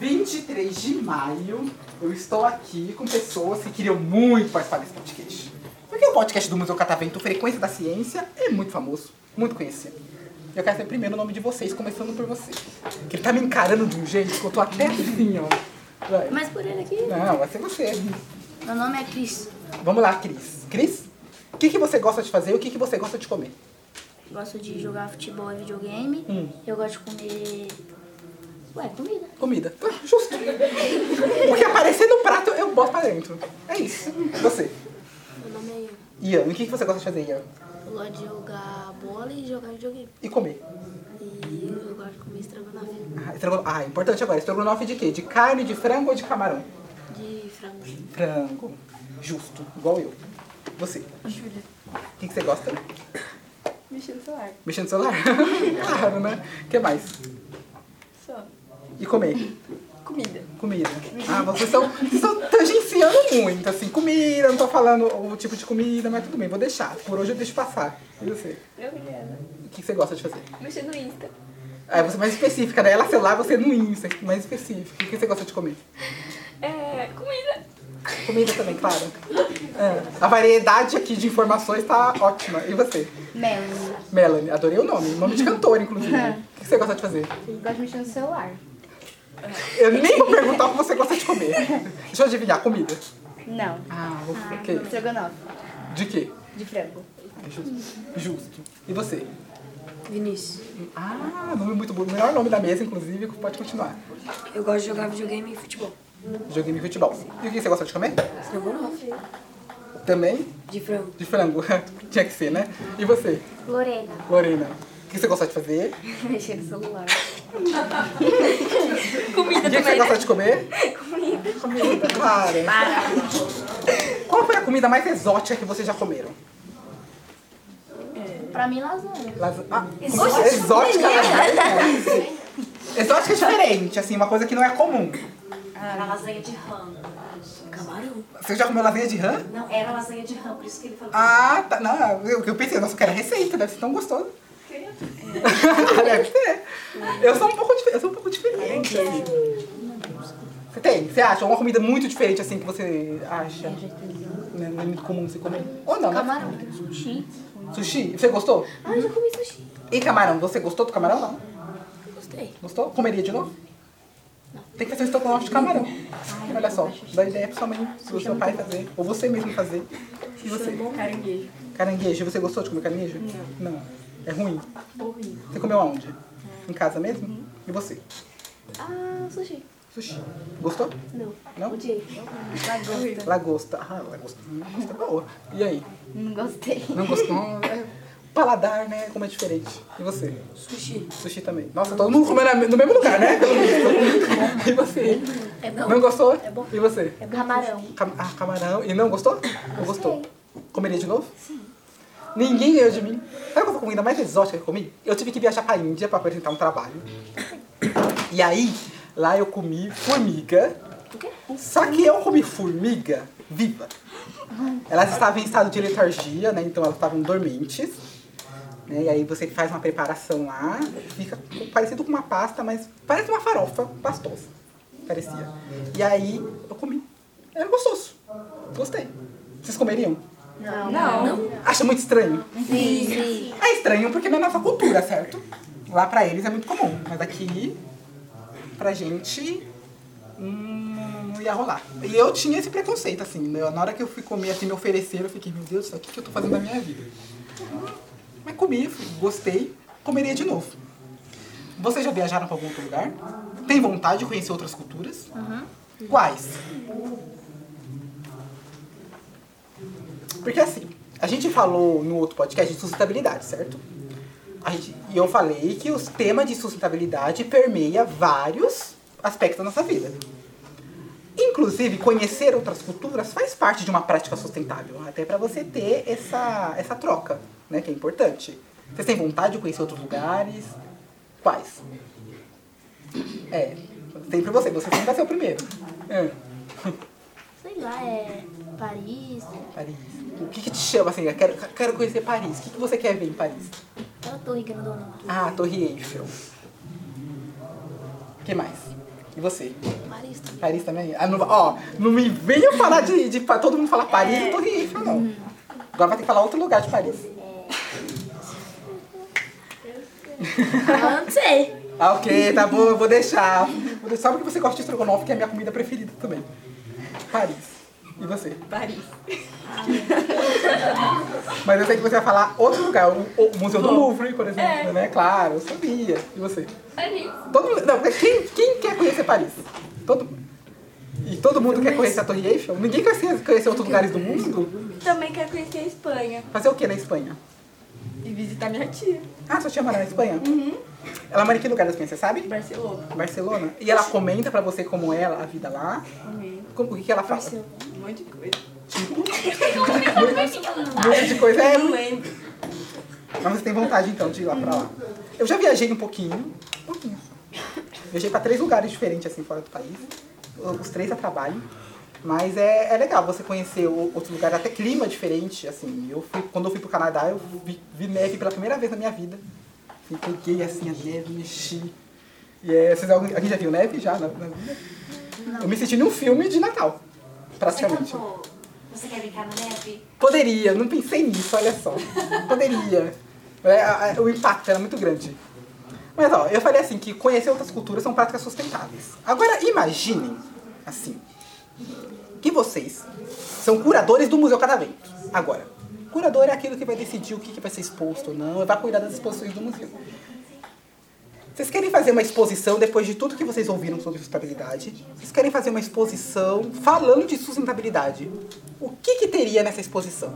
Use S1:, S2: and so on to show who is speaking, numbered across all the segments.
S1: 23 de maio, eu estou aqui com pessoas que queriam muito participar desse podcast. Porque o podcast do Museu Catavento Frequência da Ciência é muito famoso, muito conhecido. Eu quero saber primeiro o nome de vocês, começando por você. Que ele tá me encarando de um jeito que eu tô até assim, ó. Vai.
S2: Mas por ele aqui.
S1: Não, vai ser você.
S2: Meu nome é Cris.
S1: Vamos lá, Cris. Cris, o que, que você gosta de fazer e o que, que você gosta de comer?
S2: Gosto de jogar futebol e videogame.
S1: Hum.
S2: Eu gosto de comer. Ué, comida.
S1: Comida. Ah, Justo. O que aparecer no prato, eu boto pra dentro. É isso. Você.
S2: Meu nome é Ian.
S1: Ian, o que, que você gosta de fazer, Ian?
S2: Eu gosto de jogar bola e jogar videogame.
S1: E comer.
S2: E eu gosto de comer estrogonofe
S1: Ah, estrogono- ah, importante agora. Estrogonofe de quê? De carne, de frango ou de camarão?
S2: de frango.
S1: Frango. Justo. Igual eu. Você.
S2: Júlia.
S1: O que, que você gosta?
S3: Mexer no celular,
S1: Mexer no celular? claro, né? O que mais?
S3: só.
S1: E comer?
S3: Comida.
S1: Comida. Ah, vocês estão, vocês estão tangenciando muito, assim. Comida, não tô falando o tipo de comida, mas tudo bem, vou deixar. Por hoje eu deixo passar. E você?
S3: Eu, Juliana.
S1: O que, que você gosta de fazer?
S3: Mexer no Insta.
S1: Aí você é mais específica, né? Ela celular, você no Insta, mais específica. O que você gosta de comer?
S3: É, comida.
S1: Comida também, claro. É. A variedade aqui de informações tá ótima. E você?
S2: Melanie.
S1: Melanie, adorei o nome. Nome de cantor, inclusive. né? O que você gosta de fazer?
S4: Eu gosto de mexer no celular.
S1: Eu nem vou perguntar o que você gosta de comer. Deixa eu adivinhar, comida.
S4: Não.
S1: Ah, vou... ok.
S4: Estrogonofe.
S1: De quê?
S4: De frango.
S1: Justo. Justo. E você?
S5: Vinícius,
S1: Ah, nome muito bom. Melhor nome da mesa, inclusive. Pode continuar.
S5: eu gosto de jogar videogame e futebol.
S1: Joguei de futebol. E o que você gosta de comer? Também?
S5: De frango.
S1: De frango. Tinha que ser, né? E você?
S2: Lorena.
S1: Lorena, o que você gosta de fazer?
S4: Mexer no celular.
S1: O que você gosta de comer? Comida. Comida, claro. Qual foi a comida mais exótica que vocês já comeram?
S2: Pra mim, lasanha.
S1: Lasa- ah, exótica. é lasanha? exótica é diferente, assim, uma coisa que não é comum.
S6: Ah, Era lasanha de rã.
S5: Camarão.
S1: Você já comeu lasanha de rã?
S6: Não, era lasanha de rã, por isso que ele falou.
S1: Ah, tá. Não, eu, eu pensei, nossa, eu quero a receita, deve ser tão gostoso. deve ser. Eu sou um pouco, dif- eu sou um pouco diferente. assim. Você tem? Você acha? Uma comida muito diferente assim que você acha? Não é não é muito comum você comer. Ou não? né?
S2: Camarão. Sushi.
S1: Sushi? Você gostou?
S2: Ah, eu já comi sushi.
S1: E camarão? Você gostou do camarão? Não.
S2: Gostei.
S1: Gostou? Comeria de novo? Tem que fazer um estrogonofe de camarão. Olha só, dá ideia pra sua mãe, pro seu pai fazer, ou você mesmo fazer. E você?
S3: Caranguejo.
S1: Caranguejo, você gostou de comer caranguejo? Não. É ruim? Você comeu aonde? Em casa mesmo? E você?
S2: Ah, sushi.
S1: Sushi. Gostou?
S2: Não.
S1: Não?
S2: Odiei.
S1: Lagosta. Ah, lagosta. Lagosta é boa. E aí?
S4: Não gostei.
S1: Não gostou? É paladar, né? Como é diferente. E você?
S5: Sushi.
S1: Sushi também. Nossa, todo mundo comendo na- no mesmo lugar, né? Pelo visto. E você?
S2: É bom.
S1: Não gostou?
S2: É bom.
S1: E você?
S2: Camarão.
S1: Cam- ah, camarão. E não gostou? Não gostou? Comeria de novo? Sim. Ninguém ganhou de mim. Sabe qual foi a comida mais exótica que eu comi? Eu tive que viajar pra Índia pra apresentar um trabalho. E aí, lá eu comi formiga. Só que eu comi formiga viva. Elas estavam em estado de letargia, né? Então elas estavam dormentes. né, E aí você faz uma preparação lá, fica com- parecido com uma pasta, mas parece uma farofa pastosa. Parecia. E aí eu comi. Era gostoso. Gostei. Vocês comeriam?
S3: Não.
S1: Acha muito estranho?
S2: Sim.
S1: É estranho porque não é nossa cultura, certo? Lá pra eles é muito comum, mas aqui, pra gente, hum, não ia rolar. E eu tinha esse preconceito, assim, né? na hora que eu fui comer, assim, me ofereceram, eu fiquei, meu Deus, do céu, o que, que eu tô fazendo da minha vida? Mas comi, fui- gostei, comeria de novo. Vocês já viajaram pra algum outro lugar? Tem vontade de conhecer outras culturas? Quais? Porque assim, a gente falou no outro podcast de sustentabilidade, certo? A gente- e eu falei que o tema de sustentabilidade permeia vários aspectos da nossa vida. Inclusive, conhecer outras culturas faz parte de uma prática sustentável, até para você ter essa, essa troca, né, que é importante. Vocês têm vontade de conhecer outros lugares? Quais? Ah, É, sempre você, você sempre vai ser o primeiro. É.
S7: lá é Paris. é
S1: Paris. O que, que te chama assim? Eu quero, quero conhecer Paris. O que, que você quer ver em Paris?
S7: Aquela torre que não deu nome.
S1: Ah, Torre Eiffel. O que mais? E você?
S2: Paris também.
S1: Paris também? Ah, não, va- ó, não me venha falar de, de pra todo mundo falar Paris
S2: É.
S1: e Torre Eiffel, não. Agora vai ter que falar outro lugar de Paris.
S2: Ah, não sei.
S1: Ah, ok, tá bom, eu vou deixar. Vou deixar. Sabe que você gosta de estrogonofe, que é a minha comida preferida também. Paris. E você? Paris. Mas eu sei que você vai falar outro lugar, o, o Museu do Louvre, por exemplo, né? Claro, eu sabia. E você?
S3: Paris.
S1: Todo mundo, não, quem, quem quer conhecer Paris? Todo, e todo mundo quer conhecer a Torre Eiffel? Ninguém quer conhecer- conhecer outros lugares do mundo?
S3: Também quero conhecer a Espanha.
S1: Fazer o que na Espanha?
S8: E visitar minha tia,
S1: Ah, sua tia mora na Espanha? Uhum. Ela mora em que lugar da Espanha, você sabe?
S8: Barcelona.
S1: Barcelona. E ela comenta pra você como é a vida lá? Como, o que, que ela fala?
S8: Um monte de coisa.
S1: Um monte de coisa. É,
S8: Não lembro.
S1: mas você tem vontade então de ir lá pra lá. Eu já viajei um pouquinho. Um pouquinho. Viajei pra três lugares diferentes assim fora do país. O- Os três a trabalho. Mas é, é legal você conhecer o- outros lugares, até clima diferente, assim. Eu fui, quando eu fui pro Canadá, eu vi, vi neve pela primeira vez na minha vida. Assim, peguei assim a neve, mexi. E é, vocês, alguém alguém já viu neve já na, na vida? Eu me senti num filme de Natal,
S6: Você
S1: praticamente.
S6: cantou. Você quer brincar na neve?
S1: Poderia, não pensei nisso, olha só. Poderia. É, a- a- O impacto era muito grande. Mas ó, eu falei assim que conhecer outras culturas são práticas sustentáveis. Agora imaginem, assim, que vocês são curadores do Museu Catavento. Agora, curador é aquilo que vai decidir o que, que vai ser exposto ou não, vai cuidar das exposições do museu. Vocês querem fazer uma exposição depois de tudo que vocês ouviram sobre sustentabilidade? Vocês querem fazer uma exposição falando de sustentabilidade? O que, que teria nessa exposição?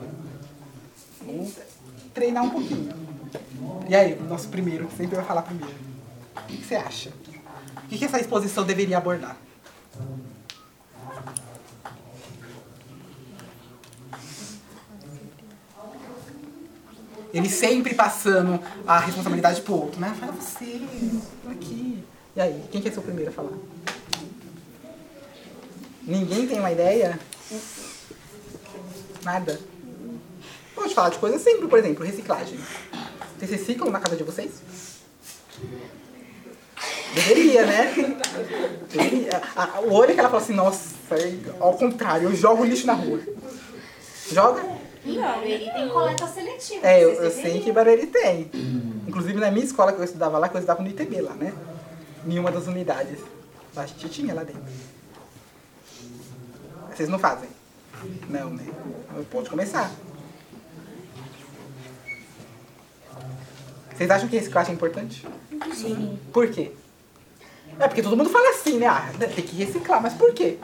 S1: Vamos treinar um pouquinho. E aí, o nosso primeiro, que sempre vai falar primeiro. O que, que você acha? O que, que essa exposição deveria abordar? Ele sempre passando a responsabilidade pro outro, né? Fala você, tô aqui. E aí, quem quer ser o primeiro a falar? Ninguém tem uma ideia? Nada? Pode falar de coisa simples, por exemplo, reciclagem. Vocês reciclam na casa de vocês? Deveria, né? Deveria. A- a- O olho que ela fala assim, nossa, é ao contrário, eu jogo lixo na rua. Joga?
S6: Não. E Então, tem coleta seletiva.
S1: É, eu,
S6: vocês
S1: eu sei que Barueri tem. Inclusive na minha escola que eu estudava lá, que eu estudava no ITB lá, né? Em uma das unidades. Acho que tinha lá dentro. Vocês não fazem? Não, né? Pode começar. Vocês acham que reciclagem é importante? Sim. Por quê? É porque todo mundo fala assim, né? Ah, tem que reciclar, mas por quê?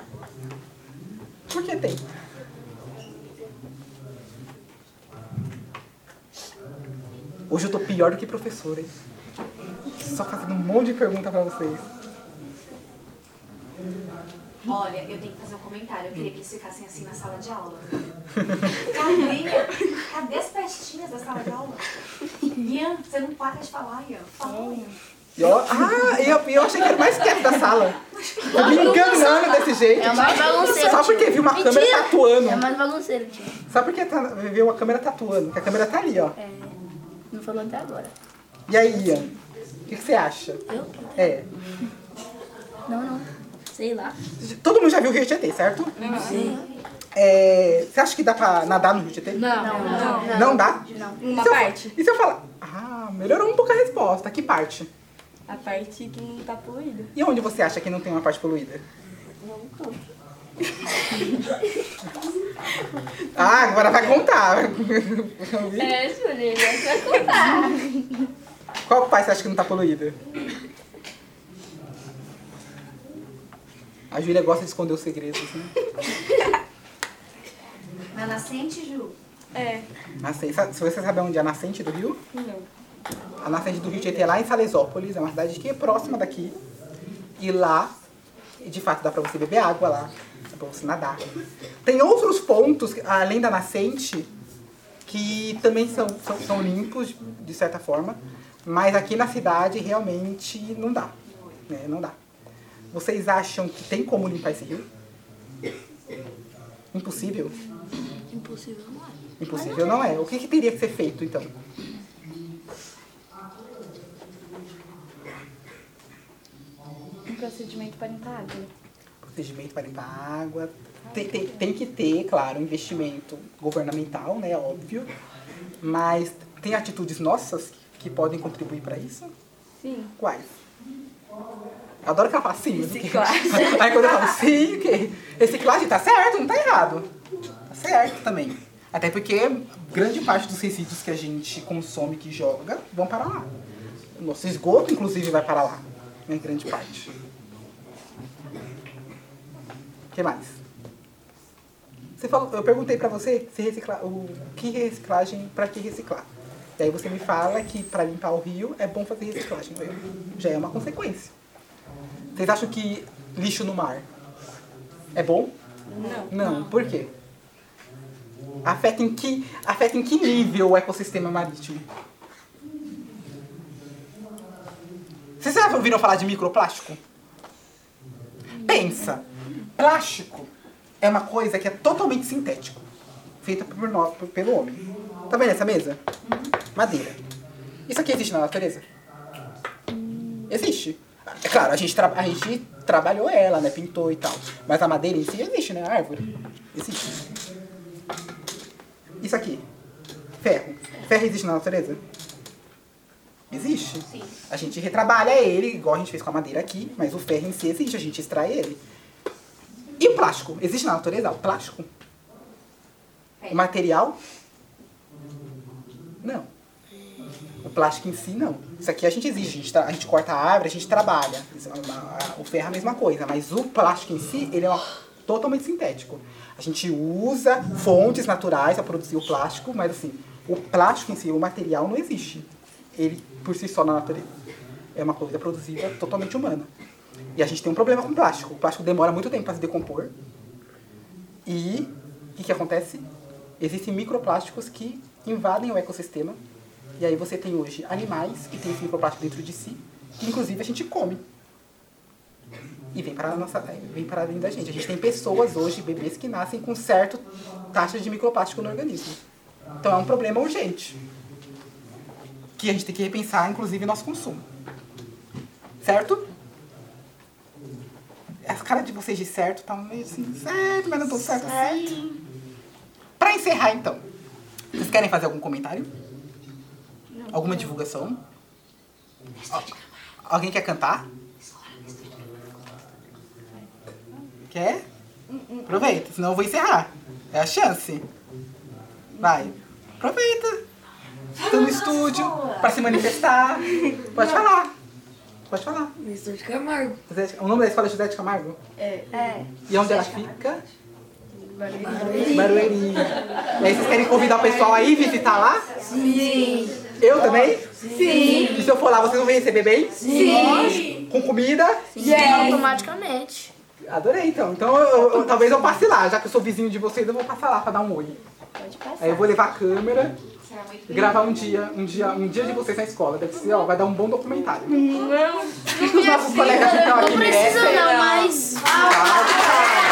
S1: Por que tem? Hoje eu tô pior do que professora, hein? Só fazendo um monte de pergunta pra vocês.
S6: Olha, eu tenho que fazer um comentário. Eu queria que eles ficassem assim na sala de aula. Cadê? Cadê as festinhas da sala de aula? Ian, você não para de falar, Ian. Fala.
S5: É.
S6: Ian.
S1: E ó, ah, eu, eu achei que era o mais perto da sala. Tô me enganando desse jeito.
S7: É o mais bagunceiro.
S1: Só porque viu uma câmera tá
S7: Mentira! É o
S1: tatuando.
S7: mais bagunceiro, tio.
S1: Só porque tá, viu uma câmera tatuando. Que a câmera tá ali, ó.
S7: É, não falou até agora.
S1: E aí, Ian? O que, que você acha?
S2: Eu?
S1: É.
S7: Não, não.
S2: Sei lá.
S1: Todo mundo já viu o Rio Tietê, certo? É, você acha que dá pra nadar no Rio Tietê?
S4: Não, não.
S1: Não, dá?
S8: Uma
S1: Se eu fa-
S8: parte.
S1: E se eu falar? Ah, melhorou um pouco a resposta. Que parte?
S8: A parte que não tá poluída.
S1: E onde você acha que não tem uma parte poluída? ah, agora vai contar.
S3: É, Júlia, já tô-
S1: Qual parte você acha que não tá poluída? A Júlia gosta de esconder os segredos, né?
S6: Na nascente, Ju.
S8: É.
S1: Nascente. Sa- Se você sabe onde é a nascente do rio?
S8: Não.
S1: A nascente do Rio Tietê é lá em Salesópolis, é uma cidade que é próxima daqui. E lá, de fato, dá pra você beber água lá, dá pra você nadar. Tem outros pontos, além da nascente, que também são, são, são limpos, de certa forma. Mas aqui na cidade, realmente, não dá. né? Não dá. Vocês acham que tem como limpar esse rio? Impossível?
S2: Impossível não é.
S1: Impossível não é. O que, que teria que ser feito, então?
S4: Um procedimento para limpar a água.
S1: Procedimento para limpar a água. Tem, tem, tem que ter, claro, um investimento governamental, né? Óbvio. Mas tem atitudes nossas que, que podem contribuir para isso?
S8: Sim.
S1: Quais? Eu adoro que ela fala sim. mas o quê?
S8: Reciclagem.
S1: Aí quando eu falo sim, o quê? Reciclagem tá certo, não tá errado. Tá certo também. Até porque grande parte dos resíduos que a gente consome, que joga, vão para lá. O nosso esgoto, inclusive, vai para lá. Em grande parte. O que mais? Você falou, eu perguntei pra você se reciclar, o que reciclagem, pra que reciclar. E aí você me fala que pra limpar o rio é bom fazer reciclagem. Eu- Já é uma consequência. Vocês acham que lixo no mar é bom?
S8: Não.
S1: Não. Por quê? Afeta em que, afeta em que nível o ecossistema marítimo? Vocês já ouviram falar de microplástico? Pensa, plástico é uma coisa que é totalmente sintético, feita por nó- pelo homem. Tá vendo essa mesa? Madeira. Isso aqui existe na natureza? Existe. É Claro, a gente, tra- a gente trabalhou ela, né? Pintou e tal. Mas a madeira em si existe, né? A árvore. Existe. Isso aqui. Ferro. Ferro existe na natureza? Existe. A gente retrabalha ele, igual a gente fez com a madeira aqui, mas o ferro em si existe, a gente extrai ele. E o plástico? Existe na natureza o plástico? O material? Não. O plástico em si, não. Isso aqui a gente exige, a gente, tra- a gente corta a árvore, a gente trabalha. Isso é uma- a- O ferro é a mesma coisa, mas o plástico em si, ele é uma- totalmente sintético. A gente usa fontes naturais para produzir o plástico, mas assim, o plástico em si, o material não existe. Ele por si só na natureza. É uma coisa produzida totalmente humana. E a gente tem um problema com o plástico. O plástico demora muito tempo para se decompor. E o que, que acontece? Existem microplásticos que invadem o ecossistema. E aí você tem hoje animais que têm esse microplástico dentro de si, que inclusive a gente come. E vem para, a nossa, é, vem para além da gente. A gente tem pessoas hoje, bebês, que nascem com certa taxa de microplástico no organismo. Então é um problema urgente. Que a gente tem que repensar, inclusive, nosso consumo. Certo? As caras de vocês de certo tá meio assim, certo, mas não tô certo, tá certo. Pra encerrar, então, vocês querem fazer algum comentário? Alguma divulgação? Al- Alguém quer cantar? Quer? Aproveita, senão eu vou encerrar. É a chance. Vai. Aproveita. Tá no estúdio pra se manifestar. Pode falar. Pode falar.
S5: Nestor de Camargo.
S1: José de- O nome da escola é José de Camargo?
S4: É.
S1: E onde ela fica? Barueri. E aí vocês querem convidar o pessoal aí visitar lá? Sim. Eu também? Sim. E se eu for lá, vocês vão me receber bem? Sim. Com comida?
S2: Automaticamente.
S1: Adorei, então. Então, eu- eu- talvez eu passe lá. Já que eu sou vizinho de vocês, eu vou passar lá pra dar um oi.
S4: Pode passar.
S1: Aí eu vou levar a câmera, gravar um dia, um dia, um dia de vocês na escola. Deve ser, ó, vai dar um bom documentário. Não. Os nossos colegas que estão aqui
S2: Não
S1: merecem.
S2: precisa
S1: tá?
S2: não, mas...
S1: Tchau, tchau.